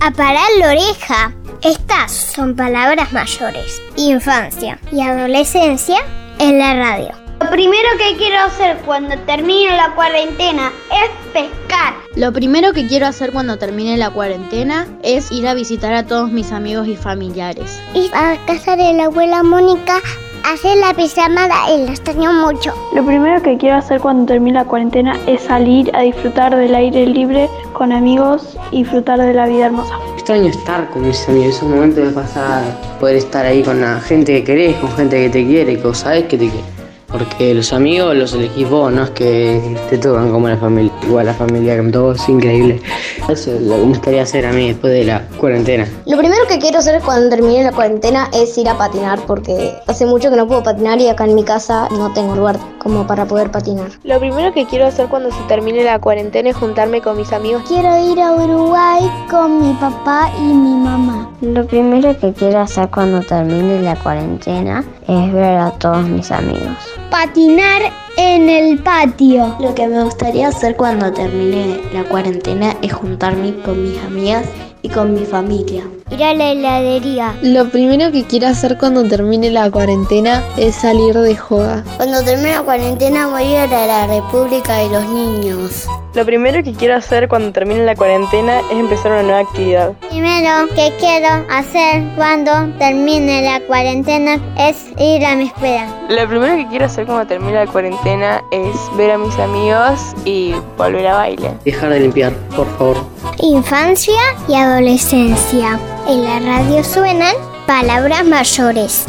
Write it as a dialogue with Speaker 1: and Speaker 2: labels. Speaker 1: a parar la oreja. Estas son palabras mayores. Infancia y adolescencia en la radio.
Speaker 2: Lo primero que quiero hacer cuando termine la cuarentena es pescar.
Speaker 3: Lo primero que quiero hacer cuando termine la cuarentena es ir a visitar a todos mis amigos y familiares.
Speaker 4: Ir a casa de la abuela Mónica hacer la pijamada y la extraño mucho.
Speaker 5: Lo primero que quiero hacer cuando termine la cuarentena es salir a disfrutar del aire libre con amigos y disfrutar de la vida hermosa.
Speaker 6: Extraño estar con mis amigos, es un momento de pasar, poder estar ahí con la gente que querés, con gente que te quiere, que vos sabés que te quiere. Porque los amigos los elegís vos, no es que te tocan como la familia. Igual la familia con todos, increíble. Eso es lo que me gustaría hacer a mí después de la cuarentena.
Speaker 7: Lo primero que quiero hacer cuando termine la cuarentena es ir a patinar, porque hace mucho que no puedo patinar y acá en mi casa no tengo lugar como para poder patinar.
Speaker 8: Lo primero que quiero hacer cuando se termine la cuarentena es juntarme con mis amigos.
Speaker 9: Quiero ir a Uruguay con mi papá y mi mamá.
Speaker 10: Lo primero que quiero hacer cuando termine la cuarentena es ver a todos mis amigos
Speaker 11: patinar en el patio.
Speaker 12: Lo que me gustaría hacer cuando termine la cuarentena es juntarme con mis amigas y con mi familia.
Speaker 13: Ir a la heladería.
Speaker 14: Lo primero que quiero hacer cuando termine la cuarentena es salir de joda.
Speaker 15: Cuando termine la cuarentena voy a ir a la República de los Niños.
Speaker 16: Lo primero que quiero hacer cuando termine la cuarentena es empezar una nueva actividad.
Speaker 17: Primero que quiero hacer cuando termine la cuarentena es ir a mi escuela.
Speaker 16: Lo primero que quiero hacer cuando termine la cuarentena es ver a mis amigos y volver a bailar.
Speaker 6: Dejar de limpiar, por favor.
Speaker 1: Infancia y adolescencia. En la radio suenan palabras mayores.